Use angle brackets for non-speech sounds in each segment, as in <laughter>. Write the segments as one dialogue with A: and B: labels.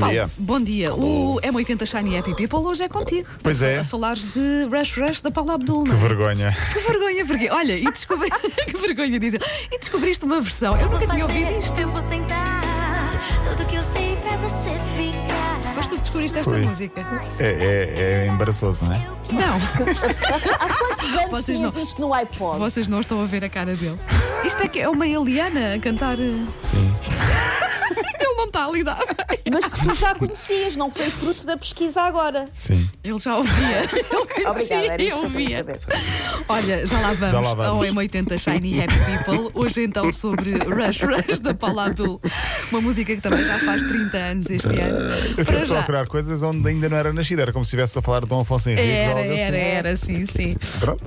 A: Bom dia.
B: Bom dia. O M80 Shiny Happy People hoje é contigo.
A: Pois é.
B: A falares de Rush Rush da Paula Abdul.
A: Que
B: não é?
A: vergonha.
B: Que vergonha, porque. Olha, e descobri. <laughs> que vergonha dizer. E descobriste uma versão. Eu nunca tinha ouvido isto.
C: Eu vou tentar tudo que eu sei pra você ficar.
B: Mas tu que descobriste esta
A: Ui.
B: música.
A: É, é- é embaraçoso, não é?
B: Não,
D: Quantos anos
B: Vocês
D: tinhas
B: não-
D: isto no iPod?
B: vocês não estão a ver a cara dele. Isto é que é uma Eliana a cantar. eh,
A: Sim.
B: Ele não está a lidar. bem.
D: Mas que tu já conhecias, não foi fruto da pesquisa agora.
A: Sim.
B: Ele já ouvia. <laughs> Ele
D: Obrigada,
B: conhecia
D: era
B: e
D: isto que eu queria
B: ouvia.
D: saber.
B: Olha, já lá vamos,
A: Já lá vamos.
B: ao M80 Shiny Happy People. Hoje então sobre Rush Rush da Paula Abdul. Uma música que também já faz 30 anos
E: Eh,
B: este ano.
A: Eu tive
B: Para
A: de
B: já.
A: procurar coisas onde ainda não era nascida. Era como se estivesse a falar de Dom Afonso Henrique. ou
B: Era,
A: algo assim.
B: era, era, sim, sim.
A: Pronto.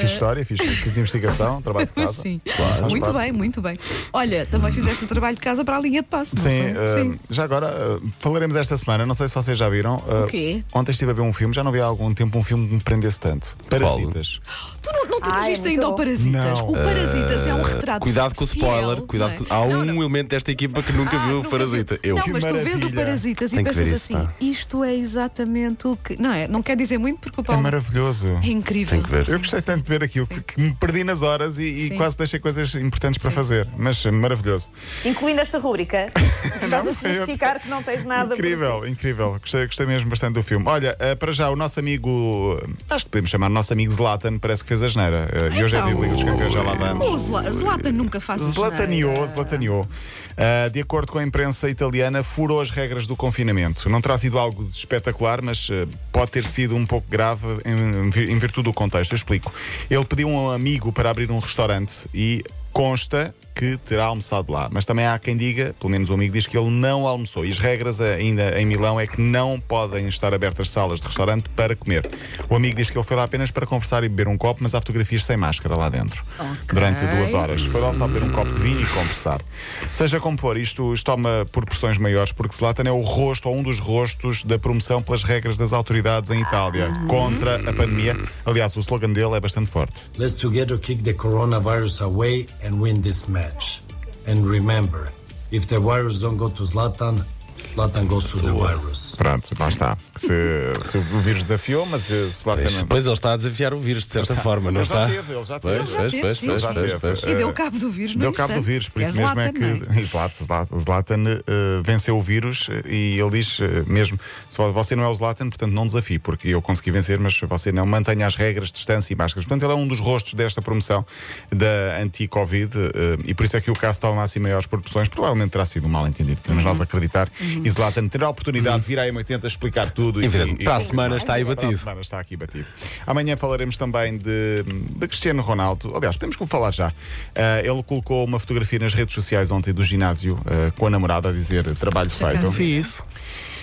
A: Fiz história, fiz, fiz investigação, trabalho de casa.
B: Sim.
A: Claro,
B: muito
A: claro.
B: bem, muito bem. Olha, também fizeste o trabalho de casa para a linha de passo, não
A: Sim,
B: foi?
A: eh, já agora eh, falaremos esta semana. Não sei se vocês já viram. eh,
B: O quê?
A: Ontem estive a ver um filme, já não vi há algum tempo um filme que me prendesse tanto. Parasitas.
B: Tu não, não tinhas
D: Ah, é
B: visto
D: muito
B: ainda
D: bom.
B: o Parasitas?
A: Não.
B: O Parasitas é um retrato.
E: Eh, Ah, Cuidado com o
B: fiel,
E: spoiler,
B: não é?
E: cuidado com... há
B: Não,
E: um
B: não.
E: elemento desta equipa que nunca
B: Ah,
E: viu o
B: nunca
E: Parasita.
B: vi.
E: Eu.
B: Não, mas tu vês o
A: maravilha.
B: Parasitas e
E: Tem que
B: pensas
E: ver
B: assim:
E: isso, tá? pá.
B: isto é exatamente o que. Não é? Não quer dizer muito porque o
A: É
B: Paulo.
A: maravilhoso.
B: É incrível.
E: Tem que ver.
A: Eu gostei tanto de ver aquilo que, que me perdi nas horas e, e
B: Sim.
A: quase deixei coisas importantes para fazer. Mas eh, maravilhoso.
D: Incluindo esta rubrica.
B: Então,
D: Estás a justificar que não tens nada.
A: Incrível, incrível. Gostei, gostei mesmo bastante do filme. Olha, eh, para já, o nosso amigo, eh, acho que podemos chamar o nosso amigo Zlatan, parece que fez a geneira. Eh, e hoje é dia de Liga dos Campeões, já lá vamos.
B: O Zla- Zlatan nunca faz isso. é?
A: Zlataneou, zlataneou. Ah, de acordo com a imprensa italiana, furou as regras do confinamento. Não terá sido algo de espetacular, mas ah, pode ter sido um pouco grave em, em virtude do contexto. Eu explico. Ele pediu a um amigo para abrir um restaurante e consta que terá almoçado lá. Mas também há quem diga, pelo menos o amigo diz que ele não almoçou. E as regras ainda em Milão é que não podem estar abertas salas de restaurante para comer. O amigo diz que ele foi lá apenas para conversar e beber um copo, mas há fotografias sem máscara lá dentro.
B: Ok.
A: Durante duas horas horas. Foram só beber um copo de vinho e conversar. Seja como for, isto, isto toma proporções maiores, porque Zlatan é o rosto ou um dos rostos da promoção pelas regras das autoridades em Itália contra a pandemia. Aliás, o slogan dele é bastante forte.
F: Let's together kick the coronavirus away and win this match. And remember, if the virus don't go to Zlatan, Zlatan goes to the virus.
A: Pronto, lá está. Se, se o vírus desafiou, mas eh, Zlatan.
E: Pois, pois ele está a desafiar o vírus de certa forma, não
A: Ele já
E: está?
A: teve, ele já teve.
B: Ele já teve, sim, sim. E
A: Eh,
B: deu cabo do vírus, no
A: Deu cabo do
B: instante.
A: vírus, por
B: É
A: isso mesmo é
B: Zlatan, não
A: <laughs> que Exato, Zlatan, Zlatan, eh, venceu o vírus eh, e ele diz eh, mesmo: se você não é o Zlatan, portanto não desafie, porque eu consegui vencer, mas você não mantenha as regras, distância e máscaras. Portanto, ele é um dos rostos desta promoção da anti-Covid eh, e por isso é que o caso toma assim maiores proporções. Provavelmente terá sido um mal-entendido, queremos
B: Uhum.
A: nós acreditar. E Zlatan terá a oportunidade de vir à M80 explicar tudo. e-
E: Evidente,
A: e-
E: para a
A: e-
E: semana está aí
B: é
A: Para a
E: batido.
A: semana semana está aqui batido. Amanhã falaremos também de, de Cristiano Ronaldo. Aliás, temos que falar já. Ah, ele colocou uma fotografia nas redes sociais ontem do ginásio ah, com a namorada a dizer trabalho feito.
E: Fiz.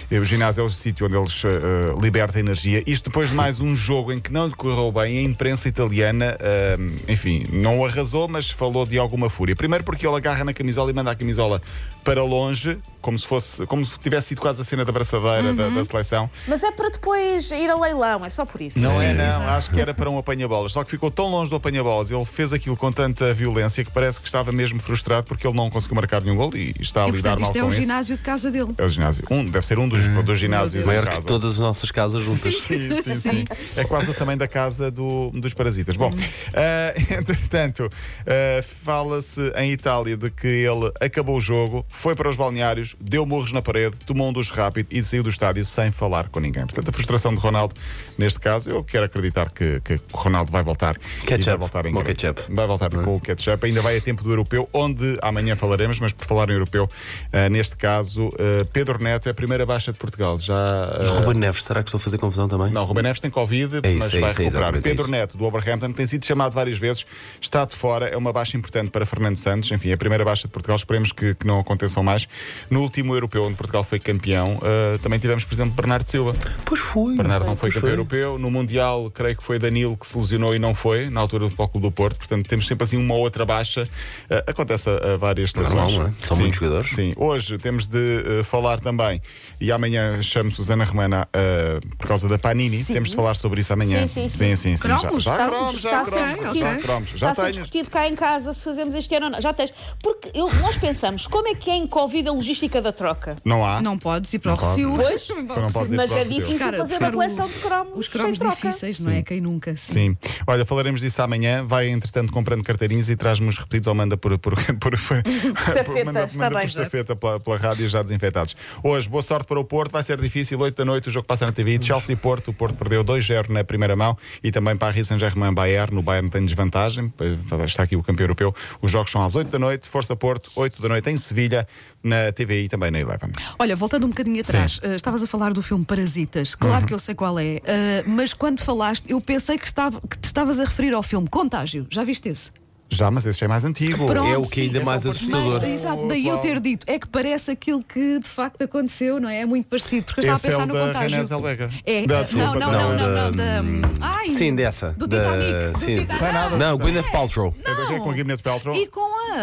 A: O ginásio é o sítio onde eles ah, libertam energia. Isto depois de mais um jogo em que não lhe correu bem, a imprensa italiana, ah, enfim, não o arrasou, mas falou de alguma fúria. Primeiro porque ele agarra na camisola e manda a camisola para longe, como se fosse, como se tivesse sido quase a cena da abraçadeira da- da seleção.
D: Mas é para depois ir a leilão, é só por isso.
A: Não é, não. Acho que era para um apanha-bolas. Só que ficou tão longe do apanha-bolas. Ele fez aquilo com tanta violência que parece que estava mesmo frustrado porque ele não conseguiu marcar nenhum gol e está a
B: E
A: lidar
B: portanto,
A: mal
B: isto é
A: com
B: o
A: isso.
B: ginásio de casa dele.
A: É o ginásio. Um, deve ser um dos, dos ginásios em
E: Maior que
A: casa.
E: todas as nossas casas juntas.
A: Sim, sim, sim. É quase o tamanho da casa do- dos parasitas. Bom, ah, entretanto, ah, fala-se em Itália de que ele acabou o jogo, foi para os balneários, deu morros na parede, tomou um dos rápido e saiu do estádio sem falar com ninguém. Portanto, a frustração de Ronaldo, neste caso, eu quero acreditar que, que Ronaldo vai voltar. e
E: Ketchup.
A: Vai voltar em
E: Bom
A: grande.
E: ketchup. é?
A: Vai voltar com o ketchup. Ainda vai a tempo do europeu, onde amanhã falaremos, mas por falar em europeu, ah, neste caso, ah, Pedro Neto é a primeira baixa de Portugal. Já, ah,
E: E Ruben Neves, será que estou a fazer confusão também?
A: não, Ruben Neves tem Covid,
E: É isso,
A: mas
E: é
A: vai
E: isso, é
A: recuperar.
E: exatamente
A: Pedro
E: isso.
A: Neto, do Overhampton, tem sido chamado várias vezes, está de fora, é uma baixa importante para Fernando Santos, enfim, é a primeira baixa de Portugal, esperemos que, que não aconteçam mais. No último europeu, onde Portugal foi campeão, ah, também tivemos, por exemplo, Bernardo Silva.
E: Pois fui.
A: Bernardo não foi
E: Pois
A: campeão europeu. No Mundial, creio que foi Danilo que se lesionou e não foi, na altura do Futebol Clube do Porto. Portanto, temos sempre assim uma outra baixa. Ah, acontece a, a várias
E: Normal,
A: lesões.
E: não é? São muitos jogadores.
A: Sim. Hoje temos de eh, falar também, e amanhã chamo Susana Romana eh, por causa da Panini.
D: Sim.
A: Temos de falar sobre isso amanhã.
D: Sim, sim, sim.
A: sim, sim.
B: Cromos,
A: já, já
D: Está-se
A: cromos, já
D: está
A: cromos,
B: ok,
A: já
B: ok.
A: cromos. Já
D: Está a ser
A: tenho.
D: discutido cá em casa se fazemos este ano ou não. Já tens. Porque eu- nós pensamos, como é que que é em Covid a logística da troca?
A: Não há.
B: Não podes ir para o
A: Não pode.
B: Recio.
D: Pois.
A: não podes ir
D: Mas
A: para o
D: é
A: Recio.
D: difícil
B: Buscar-
D: fazer
B: buscar
D: uma
B: o-
D: coleção de cromos.
B: Os cromos
D: sem troca.
B: difíceis, não é? Quem nunca? Sim.
A: Sim. Olha, falaremos disso amanhã. Vai, entretanto, comprando carteirinhas e traz-me os repetidos ou manda por, <laughs> por, por, por,
D: Estafeta,
A: manda,
D: está
A: manda por
D: bem.
A: estafeta pela, pela rádio já desinfetados. Hoje, boa sorte para o Porto. Vai ser difícil. 8 da noite, o jogo passa na TV. Chelsea-Porto. O Porto perdeu 2-0 na primeira mão e também para a Rio Saint-Germain-Bayern. No Bayern tem desvantagem. Eh, Está aqui o campeão europeu. Os jogos são às 8 da noite. Força Porto, 8 da noite em Sevilha, na TV e também na Eleven.
B: Olha, voltando um bocadinho atrás, eh, estavas a falar do filme Parasitas. Claro
A: Uhum.
B: que eu sei qual é, eh, mas quando falaste, eu pensei que, estava, que te estavas a referir ao filme Contágio. Já viste esse?
A: Já, mas esse já é mais antigo.
E: é o que ainda
B: sim.
E: mais
B: Mas,
E: assustador.
B: exato, daí eu ter dito. É que parece aquilo que de facto aconteceu, não é? É muito parecido, porque eu estava
A: Esse
B: a
A: é
B: pensar
A: o
B: no
A: da
B: contágio.
A: Renée Zellweger.
B: É,
A: Da-
B: eh, não, não, não,
E: da-
B: não, não, da. Ai,
E: Sim, dessa.
B: Do
E: da-
B: Titanic. Do
E: sim.
B: Titanic.
A: Não é nada.
E: Não, Gwyneth Paltrow.
A: É da- é com a Gwyneth Paltrow?
B: E com a.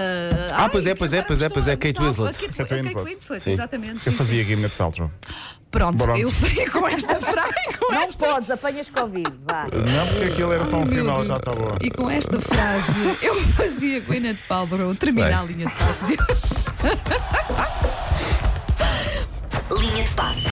E: Ah, pois é, pois é, pois é, pois é, Kate Winslet.
B: A
A: Kate
B: Kate
A: Winslet.
B: Winslet,
E: Sim.
B: exatamente.
A: Eu
B: sim,
A: fazia
B: sim.
A: Gwyneth Paltrow.
B: Pronto,
A: Pronto.
B: eu fui com esta frase. Com
D: Não
B: esta...
D: podes, apanhas Covid. Vá.
A: Não, porque aquilo era só um
B: Meu
A: filme, ela
B: Deus.
A: já está boa.
B: E com esta frase eu fazia Gwyneth Paltrow terminar a linha de passe de hoje.
G: Linha de passe.